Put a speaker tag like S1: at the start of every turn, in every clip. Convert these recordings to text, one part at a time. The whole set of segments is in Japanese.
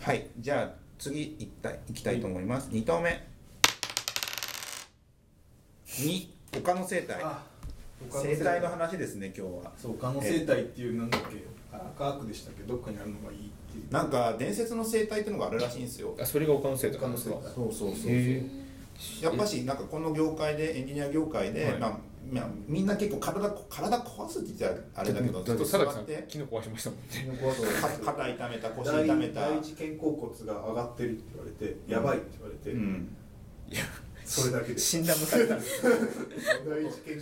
S1: はいじゃあ次いったいきたいと思います、二2投目2他の生態
S2: あ他
S1: 生態の話ですね今日は
S2: そう他の生態っていうなんだっけあ科学でしたっけどっかにあるのがいいっていう
S1: なんか伝説の生態ってのがあるらしいんですよ
S3: あそれが他の生徒
S2: 他の生徒
S1: そうそうそうそう
S3: へ
S1: やっぱしなんかこの業界でエンジニア業界で、
S3: はい
S1: まあまあ、みんな結構体体壊すって言ったらあれだけど
S3: ちょっと
S1: 座
S3: 佐々木さ
S1: っ
S3: ん
S1: て
S3: 昨日壊しましたもんね
S1: か 肩痛めた腰
S2: 第
S1: 痛めた
S2: 第一肩甲骨が上がってるって言われてやばいって言われて、
S1: うん
S2: それだけで
S3: 診断もされた
S2: 第一肩甲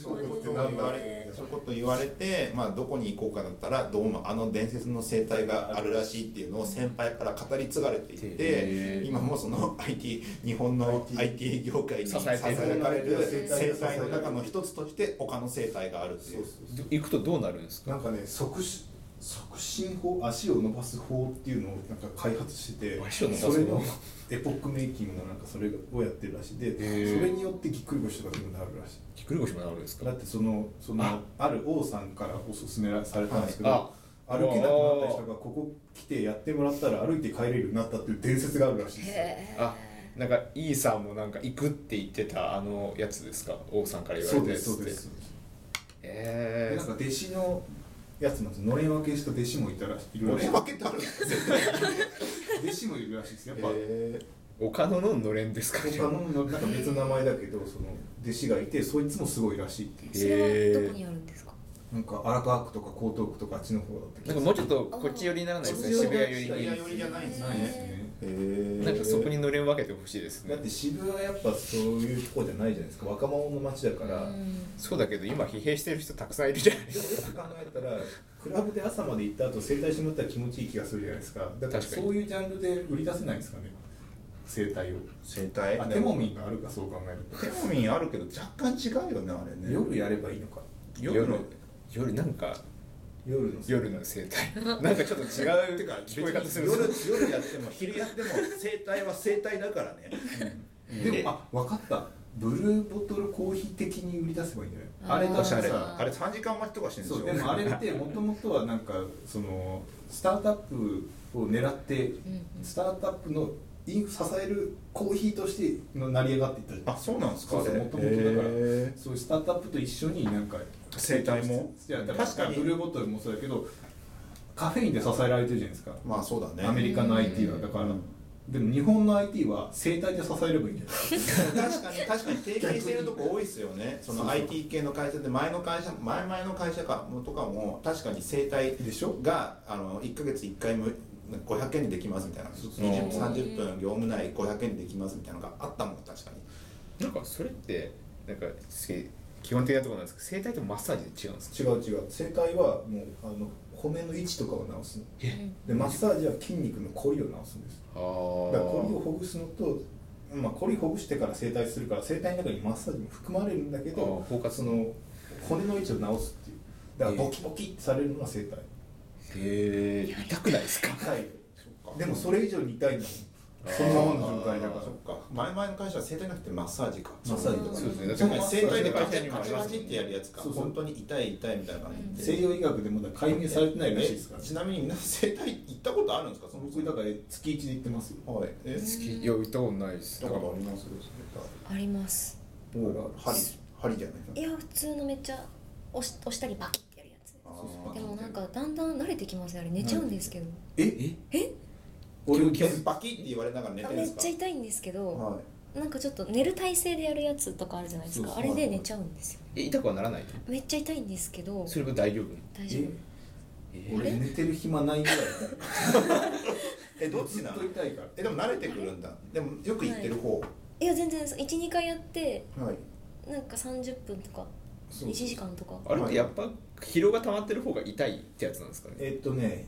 S1: そういう
S2: 骨
S1: こ
S2: っ
S1: と
S2: て
S1: を
S2: なん
S1: 言わ
S2: だ
S1: れそういうことを言われて、まあ、どこに行こうかだったらどうもあの伝説の生態があるらしいっていうのを先輩から語り継がれてい
S3: へ
S1: て
S3: ー
S1: 今もその IT 日本の IT 業界に
S3: 支
S1: 支
S3: えてる
S1: えられる生態の中の一つとして他の生態があるって
S2: そ
S1: いうう
S2: そうそう
S3: 行くとどうなるんですか
S2: なんかね促進促進法足を伸ばす法っていうのをなんか開発してて
S3: 足を伸ばす
S2: そ
S3: 法
S2: れのエポックメイキングのなんかそれをやってるらしいで
S3: ー
S2: それによってぎっくり腰とかにもなるらしい
S3: ひっくり腰も治るんですか
S2: だってそのその
S3: あ
S2: ある王さんからおすすめされたんですけど、
S3: はいあ
S2: 歩けなくなった人がここ来てやってもらったら歩いて帰れるようになったっていう伝説があるらしいですよ
S3: あなんかイーサーもなんか行くって言ってたあのやつですか王さんから言わ
S2: そうで
S3: れたやつ
S2: す
S3: っ
S2: そうで
S3: て
S2: すで
S3: え
S2: なんか弟子のやつなんですのれん分けした弟子もいたらいるらしい
S1: 負けてあるんですよ
S2: 弟子もいるらしいですやっぱ、
S3: ー、岡野ののれんですか
S2: 他ののなんか別の名前だけどその弟子がいてそいつもすごいらしいっていう
S4: それはどこにあるんですか
S2: なんか荒川区とか江東区とかあっちの方だった気
S3: な
S2: が
S3: んかもうちょっとこっち寄りにならないですね渋谷寄り
S1: 渋
S3: に
S1: 谷寄りじゃないんです
S2: ないです
S1: ね
S2: ね
S3: なんかそこにのれん分けてほしいです
S2: だ
S3: ね
S2: って渋谷はやっぱそういうとこじゃないじゃないですか若者の街だから、
S3: そうだけど今疲弊してる人たくさんいるじゃないで
S2: よ
S3: すか
S2: く考えたらクラブで朝まで行った後整体してもらったら気持ちいい気がするじゃないですかだから
S3: 確か
S2: そ
S3: に
S2: ういうジャンルで売り出せないんですかね整体を
S1: 生態
S2: あ手もみんがあるかそう考える
S1: 手もみんあるけど若干違うよねあれ
S2: と
S1: ね
S2: 夜やればいいのか
S1: 夜の
S3: 夜なんか
S2: 夜の
S3: 夜の生態なんかちょっと違う聞こえ方するんですよ
S1: 夜夜やっても昼やっても生態は生態だからね
S2: でもあ分かったブルーボトルコーヒー的に売り出せばいいんじゃないあれ
S4: あ
S2: だか
S4: ー
S1: お
S2: ら
S1: しゃれ
S2: さ
S1: あれ3時間待ちとかしてるんで
S2: そ
S1: す
S2: う
S1: よ
S2: でもあれ ってもともとはなんかそのスタートアップを狙ってスタートアップのインフ支えるコーヒーとしての成り上がっていったじゃ
S1: あ
S2: ん
S1: そうなんですか
S2: そうそう
S1: あれ
S2: 元々だか
S1: へ
S2: ら
S1: ー
S2: そういうスタートアップと一緒になんか
S1: 生態も
S2: いやだから
S1: 確かに
S2: ブルーボトルもそうだけどカフェインで支えられてるじゃないですか
S1: まあそうだね
S2: アメリカの IT は
S3: うん
S2: だから、
S1: うん
S2: でも日本の IT は生態で支えればいいんじゃないで
S1: 確
S2: すか
S1: かに確かに提携してるとこ多いですよねそ
S2: そう
S1: の
S2: そう
S1: IT 系の会社で前の会社前々の会社かもとかも確かに生態
S2: でしょ
S1: があの1か月1回も500円でできますみたいな
S2: そう
S1: 20 30分業務内500円でできますみたいなのがあったもん確かに
S3: なんかそれってなんかせ基本的なところなんですけど生態とマッサージで違うんですか
S2: 違う違う整体はもうあの骨の位置とかを直すのでマッサージは筋肉の凝りを直すんです
S3: あ
S2: だから凝りをほぐすのと、まあ、凝りほぐしてから整体するから整体の中にマッサージも含まれるんだけ
S3: あー
S2: ど
S3: 包括
S2: その骨の位置を直すっていうだから
S3: ええ
S2: ボキボキってされるのが整体
S3: へえ痛くないですか
S2: 痛いでもそれ以上に痛いんだもんそのままの状態だから
S1: そっか前々の会社は整体なくてマッサージか
S2: マッサージとか
S3: そうですね
S1: 確かに
S2: マッサ
S1: 整
S2: ージ
S1: 体で
S2: とか
S1: カチカチカチってやるやつか
S2: そうそう
S1: 本当に痛い痛いみたいな感じで
S2: 西洋医学でもだから解明されてないらしいですから
S1: えちなみに皆さん整体行ったことあるんですかその
S2: 僕だから月1で行ってますよ
S1: はいえ
S3: 好きいや行ったことないです
S1: だ
S3: だ
S1: か
S3: から
S1: あ
S3: ら
S1: ります
S4: あります
S1: もう針針じゃない
S4: いや普通のめっちゃ押し押したりバキってやるやつでもなんかだんだん慣れてきますねあれ寝ちゃうんですけど
S2: ええ俺も気づい
S1: バキって言われながら寝て
S4: あ
S1: るんで
S4: め
S1: す
S4: っ
S1: か
S4: ちゃ痛いんですけど
S1: はい
S4: なんかちょっと寝る体勢でやるやつとかあるじゃないです
S2: そう
S4: か
S2: そ
S4: あ
S2: う
S4: れで寝ちゃうんですよ
S3: え痛くはならない
S4: めっちゃ痛いんですけど
S3: とそれは大丈夫
S4: 大丈夫
S2: え
S3: え
S2: 俺寝てる暇ないぐらい
S1: えどっ
S2: ず
S1: ち
S2: っ
S1: なの
S2: と痛いから
S1: えでも慣れてくるんだでもよく行ってる方
S4: いや全然12回やって
S1: はい
S4: なんか30分とか
S2: そう
S4: 1時間とか
S3: あれってやっぱ疲労が溜まってる方が痛いってやつなんですかね
S2: えっとね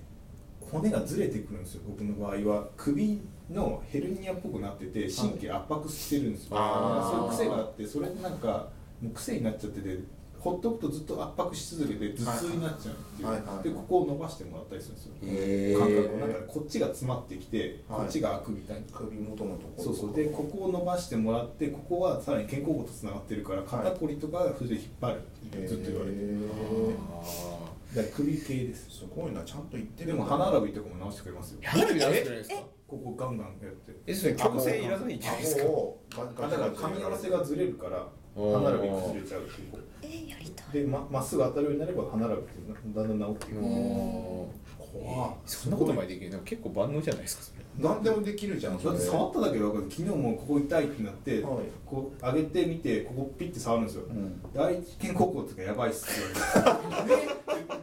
S2: 骨がずれてくるんですよ僕の場合は首のヘルニアっぽくなってて神経圧迫してるんですよ、
S3: あ
S1: ー
S2: そういう癖があってそれでなんかもう癖になっちゃっててほっとくとずっと圧迫し続けて頭痛になっちゃうっていう、
S1: はいはいはい
S2: でここを伸ばしてもらったりするんですよ、
S3: へー
S2: 感覚をなんかこっちが詰まってきて、
S1: はい
S2: こっちが開くみたいな
S1: 首元のところ
S2: そうそうでここを伸ばしてもらってここはさらに肩甲骨つながってるから肩こりとか筆で引っ張るっていうずっと言われてる
S1: へ
S3: ああ
S2: だから首系です
S1: ーすごいなちゃんと行ってる
S2: でも歯並びとかも直してくれますよ
S3: 歯並び直してくれるんですか
S2: ここガンガンやって
S3: えそれ強制いらないじゃないですか
S1: 顎をガンガ
S2: あ
S1: ン
S2: だ
S1: ガン
S2: か
S1: ガ
S2: ら
S1: ン
S2: 噛み合わせがずれるから
S3: おー
S2: 歯並びが崩れちゃうっていう
S4: えー、やりたい
S2: でままっすぐ当たるようになれば歯並びってだんだん治っていく
S3: も
S1: 怖っ
S3: うそんなことまでできるなんか結構万能じゃないですかそれ
S1: 何でもできるじゃん
S2: だって
S1: それ
S2: 触っただけで分かる昨日もここ痛いってなって、
S1: はい
S2: こう上げてみてここピッて触るんですよ、
S1: ん
S2: 第一肩甲骨がやばいっすって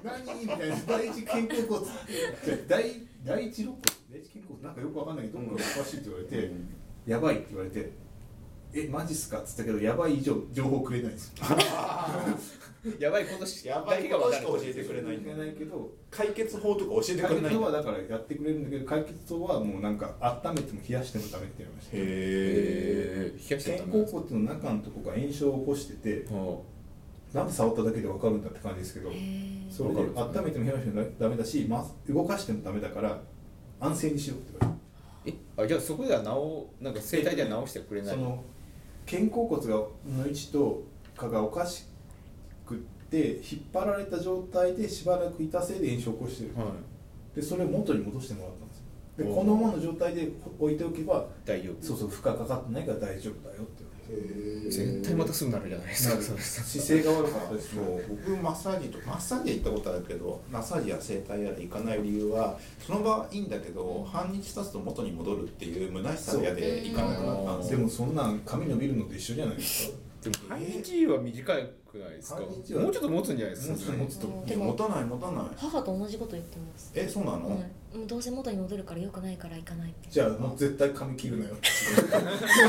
S2: 何みたいな第一肩甲骨って第第一肋骨第一肩甲骨なんかよく分かんないけどどこかおかしいって言われて、
S1: うん
S2: やばいって言われてえマジっすかっつったけどやばい以上情報くれないんですよ
S3: やばいことし
S1: やばいことしか教えてくれ
S2: く
S1: ないんだ
S2: れないけど
S1: 解決法とか教えてく
S2: 解
S1: れない
S2: 決
S1: ん
S2: は
S1: だへ
S2: だからやってくれるんだけど解決はもうなんか温めても冷やしてもダメって言われました
S1: え
S3: えー、冷やしちゃ
S2: 肩
S3: ダメ
S2: 甲
S3: なんですか
S2: 骨の中のとこが炎症を起こしてて
S3: は
S2: なんで触っただけで分かるんだって感じですけど
S4: えー
S2: それで温めても冷やしてもダメだし、ま、動かしてもダメだから安静にしろって言わ
S3: あえあじゃあそこでは治なんか整体では治してく
S2: れ
S3: れ
S2: る
S3: ない
S2: その肩甲骨がの位置とかがおかしくって引っ張られた状態でしばらくいたせいで炎症を起こしてる
S3: はい
S2: でそれを元に戻してもらったんですよで
S3: おー
S2: このままの状態で置いておけば
S3: 大丈夫
S2: そうそう負荷かかってないから大丈夫だよって言われて
S3: 絶対またすぐなるじゃないですか、それ
S2: 姿勢が悪かったです
S1: そ
S2: も
S1: う僕マッサージとマッサージは行ったことあるけどマッサージや整体やら行かない理由はその場はいいんだけど半日経つと元に戻るっていう虚しさで嫌で行かなくなったんです
S2: で
S1: よ
S2: もそんなん髪伸びるのと一緒じゃないですか
S3: でも半日は短くないですか
S2: 半
S3: もう
S2: 日
S3: ち
S2: は
S3: ょっと持つんじゃないです
S2: も
S3: か
S2: うちょっと持つと
S4: うん
S1: でも持たない持たない
S4: 母と同じこと言ってます、
S1: えそうなの、
S4: はい、もうどうせ元に戻るからよくないから行かないって
S2: じゃあもう絶対髪切るなよ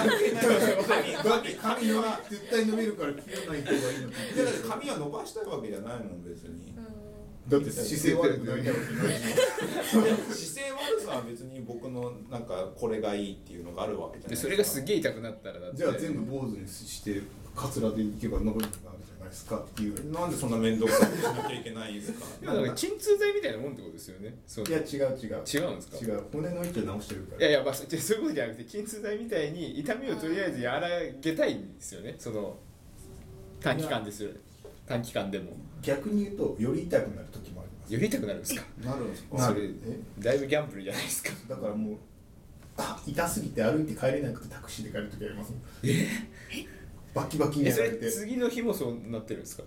S2: だって髪は絶対伸びるから切らない方がいいのって
S1: いやだって髪は伸ばしたいわけじゃないもん別に
S4: う
S2: だって姿勢悪くなりたいわけないし
S1: 姿勢悪さは別に僕のなんかこれがいいっていうのがあるわけじゃない
S3: で
S1: です
S3: そ
S1: か
S3: れがすげえ痛くなったらだって
S2: じゃあ全部坊主にしてカツラでいけば伸びるのがあるじゃないですかっていう
S1: なんでそんな面倒くさくしなきゃいけないんですか
S3: でも なんか鎮痛剤みたいなもんってことですよねそう
S2: いや違う違う
S3: 違うんですか
S2: 違う骨の位置を直してるか
S3: い
S2: ら
S3: やいや、まあ、そじゃあそういうことじゃなくて鎮痛剤みたいに痛みをとりあえず和らげたいんですよねその短期間ですよ短期間でも
S2: 逆に言うとより痛くなる時もあります
S3: より痛くなるんですか
S1: なるんですか
S2: な
S3: そ
S2: る
S3: れ
S2: え
S3: だいぶギャンブルじゃないですか
S2: だからもうあ痛すぎて歩いて帰れなくてタクシーで帰る時ありますバキバキに
S3: え
S2: や
S3: そ
S2: ら
S3: れ
S2: れて
S3: 次の日もそうなってるんですか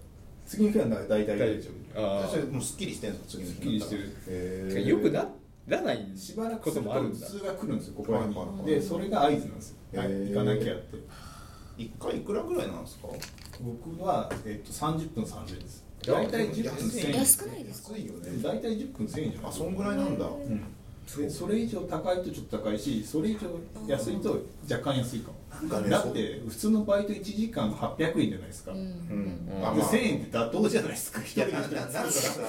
S2: 次の日は大体大丈夫
S3: あ
S1: それもうすっきりしてるんですか次の日
S2: すっきりしてる
S1: へ
S3: あ
S1: ー
S3: よくならない
S2: しばらく
S3: こ
S2: す
S3: と
S2: ると
S3: もある
S2: 頭
S3: んだ
S2: 痛が来るんですよここら
S1: はいはいは
S2: 辺
S1: い
S2: にでそれが合図なんですよ、はい
S1: へー
S2: 行かなきゃって
S1: 一回いくらぐらいなんですか
S2: 僕は、えっと30分30円です
S3: いや
S2: 大体10分1000円
S4: 安い少ないですか
S1: 安いよ
S2: でも
S1: ね
S2: 大体10分1000円じゃない
S1: あそんぐらいなんだ
S4: う
S2: うんでそれ以上高いとちょっと高いしそれ以上安いと若干安いかも
S1: なんかね
S2: だって普通のバイト1時間800円じゃないですか、
S4: んう
S2: で
S4: ん
S1: あまあ
S2: 1000円って妥当じゃないですか一
S1: い
S2: 人
S1: や
S2: で
S1: ななんかさ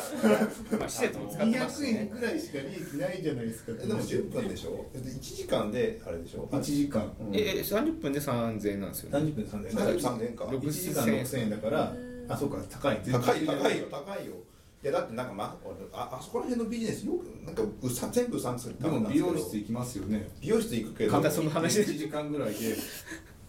S3: まあ施設も使ってます
S2: 200
S3: し
S2: 円
S3: ね
S2: ぐらいしか利益ないじゃないですか
S1: え でも10分でしょで1時間であれでしょ
S2: 1時間
S1: うん
S3: ええ30分で3000円なんですよね
S2: 何十分3000円だから
S1: 3年か
S3: 六
S2: 1時間6000円だからあそうか高い
S1: 高い高いよ高いよいやだってなんか、ま、俺ああそこら辺のビジネスよくなんかうさ全部うさんくさくて
S2: でも
S1: なん
S2: 美
S1: すけど
S2: 容室行きますよね
S1: 美容室行くけ
S3: 簡
S1: ど
S3: 単その話
S2: 1時間ぐらいで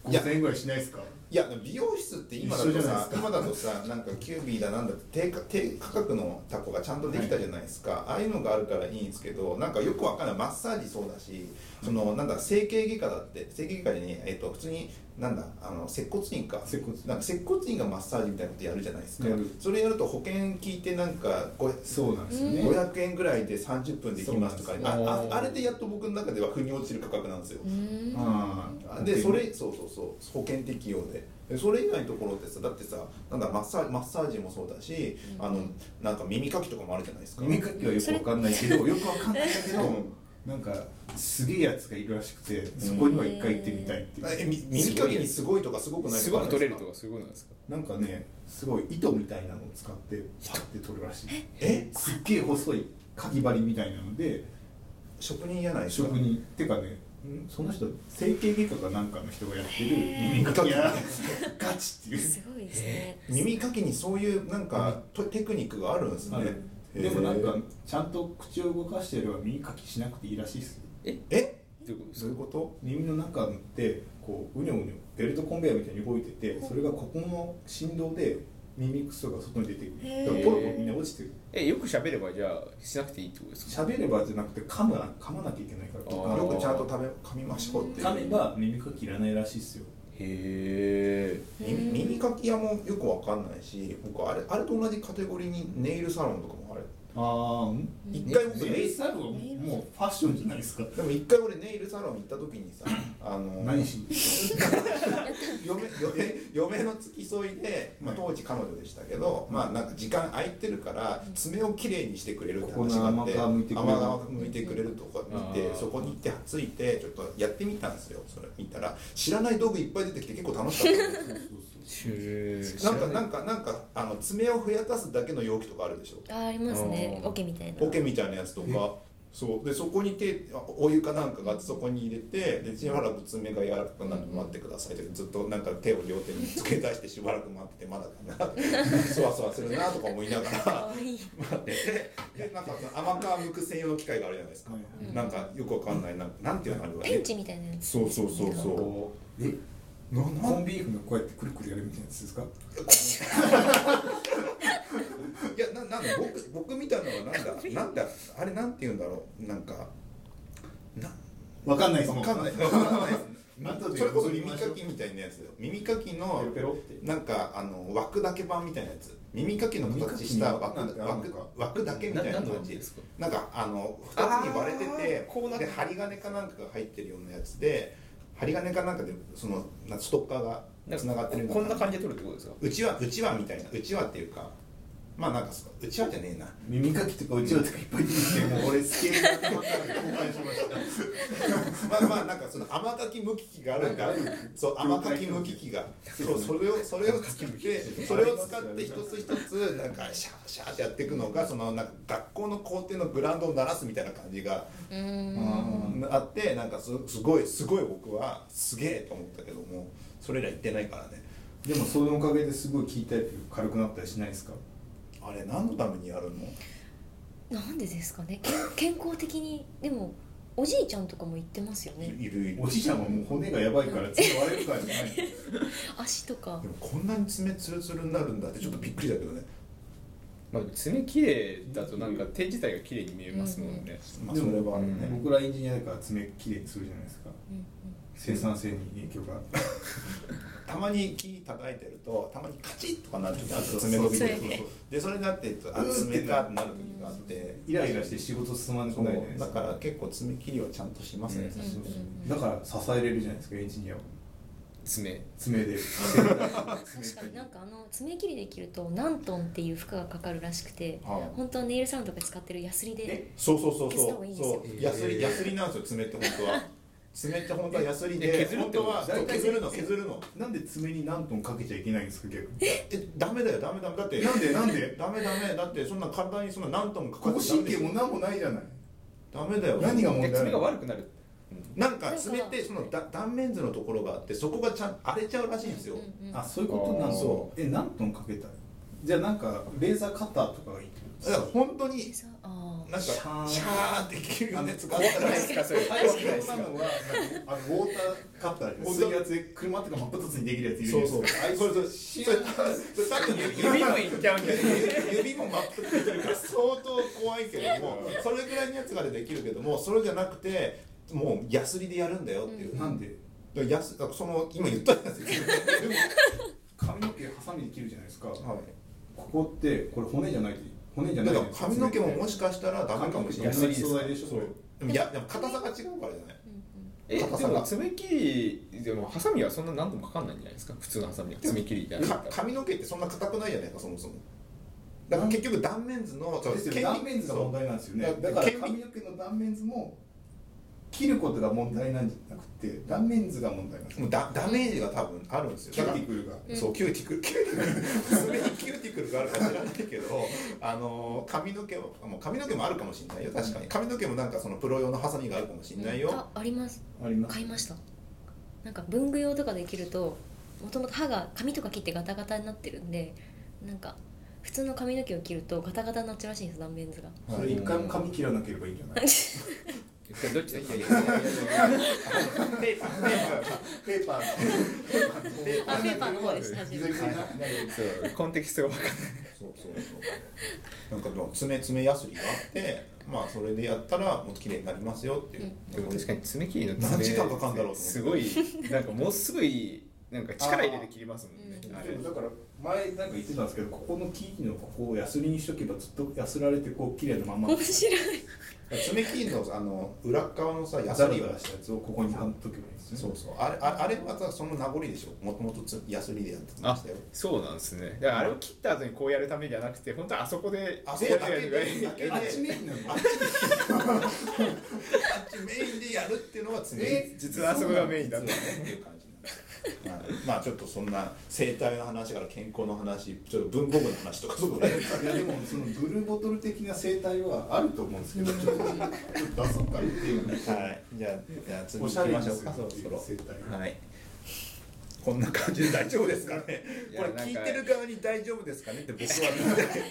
S2: 5000円ぐらいしないですか
S1: いや美容室って今だ
S2: 一緒
S1: と
S2: じゃないで
S1: さ
S2: すか
S1: 今だとさなんかキュービーだなんだって低価低価格のタコがちゃんとできたじゃないですか、ああいうのがあるからいいんですけどなんかよくわかんないマッサージそうだしそのなんだ整形外科だって整形外科でね、えっと普通になんだあの接骨院か
S2: 接骨院
S1: なんか接骨院がマッサージみたいなことやるじゃないですか、
S2: やる
S1: それやると保険聞いてなんかこれ
S2: そうなんですよね
S1: 500円ぐらいで30分できますとか
S2: そう
S3: なんです
S1: あ
S3: おー
S1: ああれでやっと僕の中では腑に落ちる価格なんですよ、
S4: うん
S2: ああ
S1: でそれそうそうそう保険適用ででそれ以外のところってさだってさなんだマッサージマッサージもそうだし、
S4: うん
S1: あのなんか耳かきとかもあるじゃないですか
S2: 耳かきはよくわかんないけどよくわかんないんだけどなんかすげえやつがいるらしくてそこには一回行ってみたいって
S1: え
S2: いう
S1: み耳かきにすごいとかすごくない
S3: す
S1: と
S3: ご
S1: かあ
S3: く
S1: るんで
S3: 取
S1: す
S3: れる
S1: か
S3: とかそういうことなんですか
S2: なんかねすごい糸みたいなのを使ってパッて取るらしい
S1: え
S2: すっげえ細いかぎ針みたいなので
S1: 職人じゃないですか
S2: 職人ってかねんその人整形外科かなんかの人がやってる耳かきやガチっていう
S4: すごいですね
S1: 耳かきにそういうなんか、とテクニックがあるんですね
S2: あるでもなん
S1: へ
S2: か
S1: ー
S2: ちゃんと口を動かしてやれば耳かきしなくていいらしいですよ
S1: え
S3: どういうことです
S1: どう
S3: か
S1: いうこと
S2: 耳の中ってこううにょうにょベルトコンベヤーみたいに動いててそれがここの振動で耳くそが外に出てくる
S4: へー
S2: だからポロポロみんな落ちてる
S3: えよく喋ればじゃあしなくていいってことですか
S2: 喋ればじゃなくて噛むな噛まなきゃいけないから
S3: あー
S1: よくちゃ食べ噛みましょうっていう
S2: 噛めば耳かきいらないらしいっすよ
S3: へえ
S1: 耳耳かき屋もよくわかんないし僕あれあれと同じカテゴリーにネイルサロンとかもあれ
S2: ああ
S1: 一回僕
S2: ネイルサロンもうファッションじゃないですか
S1: でも一回俺ネイルサロン行った時 にさあの
S2: 何し
S1: 嫁嫁嫁の付き添いで、まあ、当時彼女でしたけど、まあなんか時間空いてるから爪をきれいにしてくれるって話があって
S2: ここの甘皮むいてくれる
S1: 甘皮むいてくれるとこ見
S3: あ
S1: て
S3: ー
S1: そこに行ってついてちょっとやってみたんですよそれ見たら知らない道具いっぱい出てきて結構楽しか ったんですよなんかなんかなんかあの爪をふやかすだけの容器とかあるでしょ
S4: あありますね
S3: あー
S4: オケみたいな
S1: オケみたいなやつとかそうでそこに手あお湯かなんかがあってそこに入れてでしばらく爪が柔らかくなるの待ってくださいってずっとなんか手を両手につけ出してしばらく待っててまだかなそわそわするなとか思いなが
S4: からわいい
S1: 待っててでなんか甘皮むく専用の機械があるじゃないですか、
S2: はい
S4: はい
S1: なんかよくわかんないなんなんていうのあるわ
S4: ペンチみたいなやつ
S1: そうそうそうそ
S2: こうえ
S1: うな
S2: コ
S1: なん
S2: ンビーフのこうやってくるくるやるみたいなやつですか
S1: いやななんだ僕僕みたいなのはなんだなんだあれなんて言うんだろうなんかな
S2: わかんないです
S1: わ
S2: も
S1: かんない。わかんないです。
S2: 後で
S1: それこそ耳かきみたいなやつだよ。耳かきの
S2: ペロペロって
S1: なんかあの枠だけ版みたいなやつ。耳かきの形した
S2: 耳かきの
S1: 枠
S2: なんかあんの
S1: 枠
S2: か
S1: 枠だけみたいな感じ
S3: か
S1: なんかあの二つに割れてて
S3: あーこうなって
S1: で針金かなんかが入ってるようなやつで針金かなんかでそのなストッカーがつながってるよう
S3: こんな感じで撮るってことですか
S1: うちわうちわみたいなうちわっていうかまあなんかそううちわじゃねえな。
S2: 耳かきとかうちわとかいっぱい出てきてもう俺スケールが分かんない交換しまし た
S1: まあまあなんかその甘かきむき器があるんだ
S2: はいはい
S1: そう甘かきむき器がそうそれをそれを使ってそれを使って一つ一つなんかシャーシャーってやっていくのがそのなんか学校の校庭のグラウンドを鳴らすみたいな感じが
S4: うーん
S2: うん
S1: あってなんかすすごいすごい僕はすげえと思ったけどもそれら行ってないからね
S2: でもそのおかげですごい聞いたり軽くなったりしないですか
S1: あれ何のためにやるの
S4: なんでですかねけ健康的にでもおじいちゃんとかも言ってますよね
S1: いいるいる
S2: おじいちゃんはもう骨がやばいから爪割れるからじゃない
S4: 足とか
S1: でもこんなに爪ツルツルになるんだってちょっとびっくりだけどね
S3: まあ爪綺麗だとなんか手自体が綺麗に見えますもんね
S1: まあそれはある
S3: で
S1: ね
S2: 僕らエンジニアだから爪きれいにするじゃないですか
S4: うんうん
S2: 生産性に影響が
S1: たまに木叩いてるとたまにカチッとかなる時ある爪伸びてる
S4: そうそうそう
S1: でそれだってあ爪かってなる時があって
S2: イライラして仕事進まなく
S1: そ
S2: なるじゃないうです
S1: だ
S2: か
S1: から結構爪切りはちゃんとしますね、
S2: そう
S1: 優
S2: そ
S1: し
S2: う
S1: い
S2: そうだから支えれるじゃないですかエンジニアを
S3: 爪
S2: 爪で
S4: 確かになんかあの爪切りできると何トンっていう負荷がかかるらしくて
S1: はい
S4: 本当はネイルサロンとかで使ってるヤスリで
S1: そうそうそう
S4: 消した
S1: そ
S4: 方がいいん
S1: う
S4: ですよ
S1: そうヤスリヤスリなんですよ爪って本当は爪って本当はヤスリ
S3: え
S1: で
S3: 削るっ
S1: 本
S3: てこ
S1: 当
S3: と
S1: はそう削るの削るの
S2: なんで爪に何トンかけちゃいけないんですか逆に
S1: えダメだよダメダメだって
S2: なんでなんで
S1: ダメダメだってそんな簡単にそんな何ともかか
S2: ここ
S1: ってダメ
S2: 神
S1: でし
S2: 経
S1: ょ
S2: も何もないじゃない
S1: ダメだよ
S2: 何が問
S3: で
S2: 題な
S3: 爪が
S2: の
S3: 悪くなる
S1: なんか爪ってそのだ断面図のところがあってそこがちゃん荒れちゃうらしいんですよ、
S4: うんうん
S2: あそういうことなん
S3: あー
S2: そうえ何トンかけたいじゃあなんかレーザーカッターとかがいいってこと
S1: だから本当に
S4: でさあ
S1: なんか
S2: シ
S1: シ
S2: ャーン
S1: ャーンって切るようなやつがあっ
S3: 怖く
S1: た
S3: ない
S1: ら
S3: ですかそれ
S2: 最強なのはあのウォーターカッターです水圧で車とか真っ二つにできるやついるじゃ
S1: そ
S2: な
S1: う
S2: い
S1: そう
S2: です
S1: そ
S2: か
S1: れそれそれ多分
S3: 指もいっちゃうんだよね
S1: 指指も全く出てるから相当怖いけれどもそれぐらいのやつができるけどもそれじゃなくてもうヤスリでやるんだよっていう、
S4: う
S2: なんで
S1: だからヤスだからその今言ったやつですよね
S2: でも髪の毛ハサミで切るじゃないですかこ
S1: はい
S2: こってこれ骨じゃない骨じゃな
S1: だ
S2: い
S1: から髪の毛ももしかしたらダメ
S2: 髪
S1: か
S2: の
S1: も
S2: 毛
S1: し
S2: じ
S1: れ
S2: ゃ
S1: ない
S2: ない素材でしょ
S1: そうでもいやでも硬さが違うからじゃない
S4: うんうん
S3: えで
S1: 硬さが
S3: も爪切りでもハサミはそんな何度もかかんないんじゃないですか普通のハサミは爪切りであった
S1: から髪の毛ってそんな硬くないじゃないかそもそもだから結局断面図の
S2: そうですよ断面図が問題なんですよねだ
S1: だ
S2: か
S1: からら
S2: 髪の毛の断面図も切ることが問題なんじゃなくて断面図が問題なんです
S1: もうダダメージが多分あるんですよ
S2: キュ
S1: だ
S2: ー
S1: か
S2: テ
S1: ら
S2: ィクルが
S1: そうキューティクルキューティクル爪にキューティクルがあるか知らないけどあの髪の毛はもう髪の毛もあるかもしれないよ確かに髪の毛もなんかそのプロ用のハサミがあるかもしれないよ
S4: ああります
S2: あります
S4: 買いましたなんか文具用とかできるともともと歯が髪とか切ってガタガタになってるんでなんか普通の髪の毛を切るとガタガタになっちゃうらしいんです断面図が
S2: それ一回も髪切らなければいいんじゃない
S3: どっちだっけ
S1: ペーパーペーパー
S2: ペーパーペー
S4: あペーパーの方でした
S2: ギ
S4: 自
S2: ザギ
S4: 分
S2: ザにな
S3: そうコンテキストが分かんない
S1: そうそうそうなんかでも爪爪やすりがあってまあそれでやったらもっと綺麗になりますよっていう、
S3: でも確かに爪切りの
S1: 何時間かかんだろうと思って
S3: すごいなんかもうすぐいなんか力入れて切りますもんね
S4: うん
S3: あ
S2: で
S3: れ
S2: もだから前なんか言ってたんですけどここの木々のここをヤスリにしとけばずっとヤスられてこう綺麗なまんま
S4: 面白い
S1: 爪切りのあの裏側のさ
S2: ヤ
S1: ヤ
S2: ス
S1: ス
S2: リ
S1: リ
S2: を
S1: は
S2: 出したやつをここに貼っとけばいいですね
S1: そうそうあれああれはさその名残でしょもともとつヤスリでやってま
S3: あ
S1: したよ
S3: そうなんですねだからあれを切った後にこうやるためじゃなくて本当はあそこで
S1: あそこ
S3: や
S1: だ
S3: るや
S1: け
S3: る
S1: で
S3: や
S1: だけで
S3: る
S1: あっ
S2: あっちメインなの
S1: ちメインでやるっていうのは爪
S3: え実はあそこがメインだった
S1: っていう感じなんですよはいまあちょっとそんな生態の話から健康の話ちょっと文房具の話とかそ こら辺
S2: いやでもそのブルーボトル的な生態はあると思うんですけどちょっとちょっと出そうかっていう
S1: はいじゃあじゃあ次
S2: おし
S1: 行
S2: ゃ
S1: き
S2: れ
S1: ま
S2: に
S1: しょう
S2: する
S1: かそろ
S2: ってい
S1: そうろ
S2: 生態
S1: はいこんな感じで大丈夫ですかね
S3: いや
S1: これ
S3: なんか
S1: 聞いてる側に大丈夫ですかねって僕は言いたい